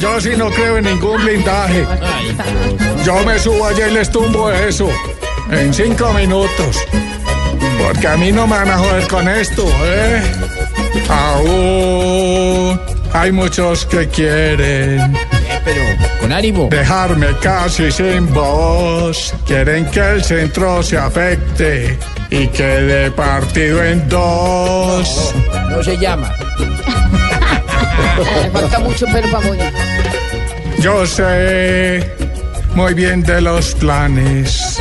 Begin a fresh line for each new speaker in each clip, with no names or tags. Yo sí no creo en ningún blindaje. Yo me subo allá y les tumbo eso. En cinco minutos. Porque a mí no me van a joder con esto, ¿eh? Aún hay muchos que quieren
Con ánimo.
dejarme casi sin voz. Quieren que el centro se afecte y quede partido en dos.
No se llama. falta mucho pero para morir.
Yo sé muy bien de los planes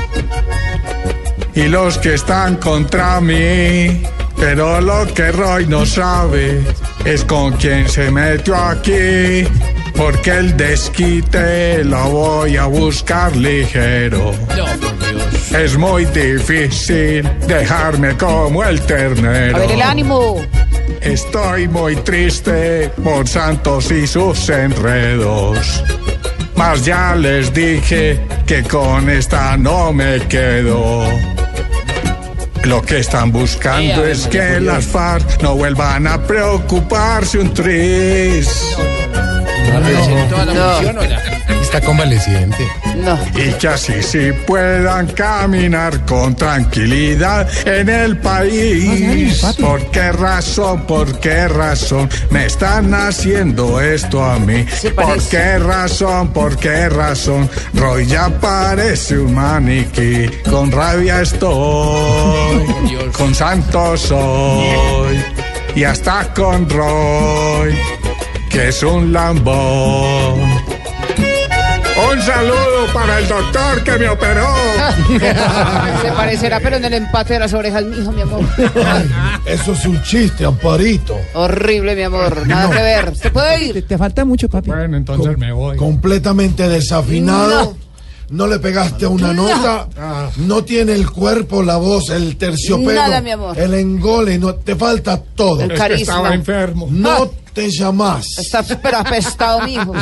y los que están contra mí, pero lo que Roy no sabe es con quién se metió aquí, porque el desquite lo voy a buscar ligero.
No, por Dios.
Es muy difícil dejarme como el ternero.
A ver, el ánimo.
Estoy muy triste por Santos y sus enredos. Mas ya les dije que con esta no me quedo. Lo que están buscando
Eh,
es
Ave María,
que
por Dios.
las FARC no vuelvan a preocuparse un tris.
¿Toda la munición o la-
Está convaleciente.
No.
Y que así sí puedan caminar con tranquilidad en el país. ¿Por qué razón, por qué razón me están haciendo esto a mí?
Sí,
¿Por
parece.
qué razón, por qué razón? Roy ya parece un maniquí. Con rabia estoy,
Dios.
con santo soy y hasta con Roy, que es un lambón. Un saludo para el doctor que me operó.
Se parecerá, pero en el empate de las orejas, mijo, mi amor.
Eso es un chiste, Amparito.
Horrible, mi amor. Nada que ver. ¿Se puede ir?
Te falta mucho, papi.
Bueno, entonces me voy.
Completamente desafinado.
No.
No. le pegaste a una
No. Ah.
nota. No tiene el cuerpo, la voz, el terciopelo.
Nada, mi amor.
El engole, no, te falta todo.
El
Es que
carisma. Ah.
estaba enfermo.
No te llamás.
Está pero apestado, mijo.